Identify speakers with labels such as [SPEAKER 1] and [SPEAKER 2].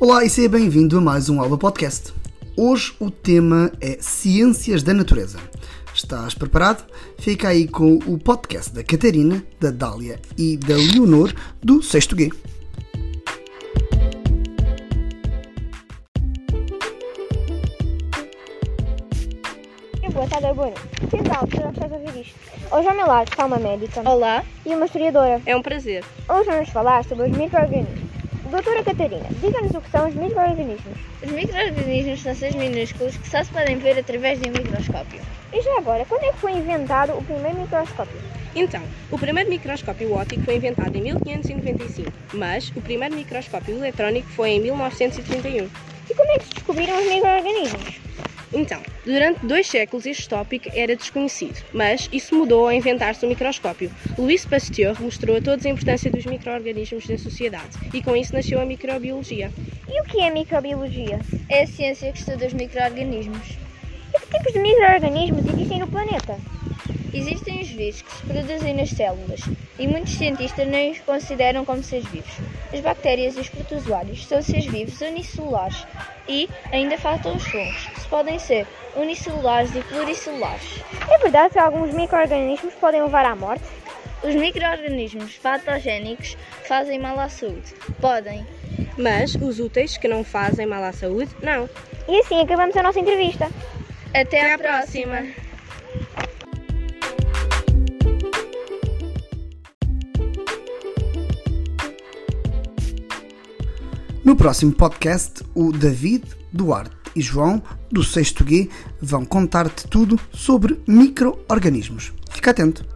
[SPEAKER 1] Olá e seja bem-vindo a mais um Alba Podcast. Hoje o tema é Ciências da Natureza. Estás preparado? Fica aí com o podcast da Catarina, da Dália e da Leonor do 6 G.
[SPEAKER 2] Boa tarde, boa noite. Que tal? Que não estás a ouvir isto? Hoje ao meu lado está uma médica
[SPEAKER 3] Olá,
[SPEAKER 2] e uma historiadora.
[SPEAKER 3] é um prazer.
[SPEAKER 2] Hoje vamos falar sobre os micro-organismos. Doutora Catarina, diga-nos o que são os micro-organismos.
[SPEAKER 3] Os micro-organismos são seres minúsculos que só se podem ver através de um microscópio.
[SPEAKER 2] E já agora, quando é que foi inventado o primeiro microscópio?
[SPEAKER 3] Então, o primeiro microscópio óptico foi inventado em 1595, mas o primeiro microscópio eletrónico foi em 1931.
[SPEAKER 2] E como é que se descobriram os micro-organismos?
[SPEAKER 3] Então, durante dois séculos este tópico era desconhecido, mas isso mudou ao inventar-se o microscópio. Louis Pasteur mostrou a todos a importância dos micro-organismos na sociedade e com isso nasceu a microbiologia.
[SPEAKER 2] E o que é microbiologia?
[SPEAKER 4] É a ciência que estuda os micro-organismos.
[SPEAKER 2] E que tipos de micro-organismos existem no planeta?
[SPEAKER 4] Existem os vírus que se produzem nas células e muitos cientistas nem os consideram como seres vivos. As bactérias e os protozoários são seres vivos unicelulares e ainda faltam os fungos, que se podem ser unicelulares e pluricelulares.
[SPEAKER 2] É verdade que alguns micro-organismos podem levar à morte?
[SPEAKER 4] Os micro-organismos patogénicos fazem mal à saúde. Podem
[SPEAKER 3] Mas os úteis que não fazem mal à saúde, não.
[SPEAKER 2] E assim acabamos a nossa entrevista.
[SPEAKER 4] Até,
[SPEAKER 3] Até
[SPEAKER 4] à
[SPEAKER 3] à próxima.
[SPEAKER 4] próxima.
[SPEAKER 1] No próximo podcast, o David, Duarte e João, do 6 G, vão contar-te tudo sobre micro-organismos. Fica atento!